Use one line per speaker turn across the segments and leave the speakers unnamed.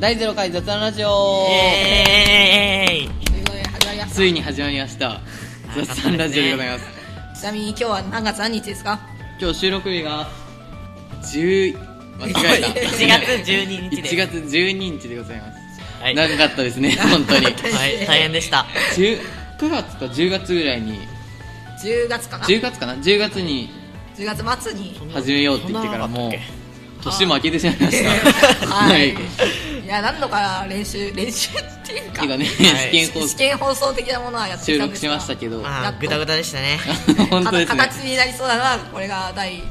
第0回雑談ラジオ
えー
ということで始まりました
ついに始まりました雑談ラジオでございます
ちなみに今日は何月何日ですか
今日収録日が10間違えた
1月12日です
1月12日でございます、
はい
長かったですね本当に
はい大変でした
10 9月か10月ぐらいに
10月かな 10,
10月かな10月に
月末に
始めようって言ってからもう年も明けてしまいました
はい
はい
いや何度か練習練習っていうか
今ね、
はい
試験コー
試
ス
験放送的なものはやって
収
きたん
録
です
し
が
ましたけど、
まあグダグダでしたね
本当です
か
ね
形になりそうだなこれが第0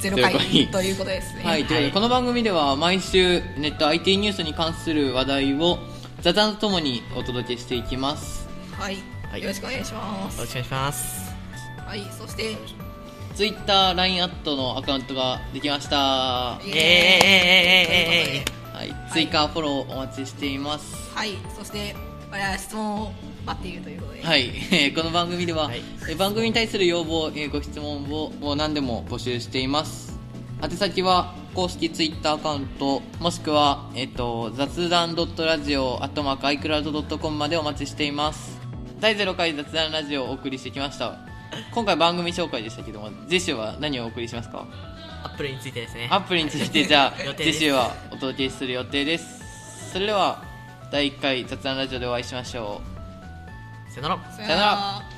ゼロ回
回ということですね
はい、ということで、
はい
この番組では毎週ネット IT ニュースに関する話題を雑談とともにお届けしていきます
はい
はい
よろしくお願いしま
よ
す
ろしくお願いします
はいそして
TwitterLINE アットのアカウントができました、は
イ
えー
エーイということで
い、追加フォローお待ちしています
はいそして我々は質問を待っているということで
はい、えーこの番組では、
はい
えー番組に対する要望、えーご質問をもう何でも募集しています宛先は公式 Twitter アカウントもしくは、えっと雑談 .radio.icloud.com までお待ちしています第0回雑談ラジオをお送りしてきました今回番組紹介でしたけども次週は何をお送りしますか
アップルについてですね
アップルについてじゃあ
予定で
次
す
週はお届けする予定ですそれでは第1回雑談ラジオでお会いしましょう
さよなら
さ
さよなら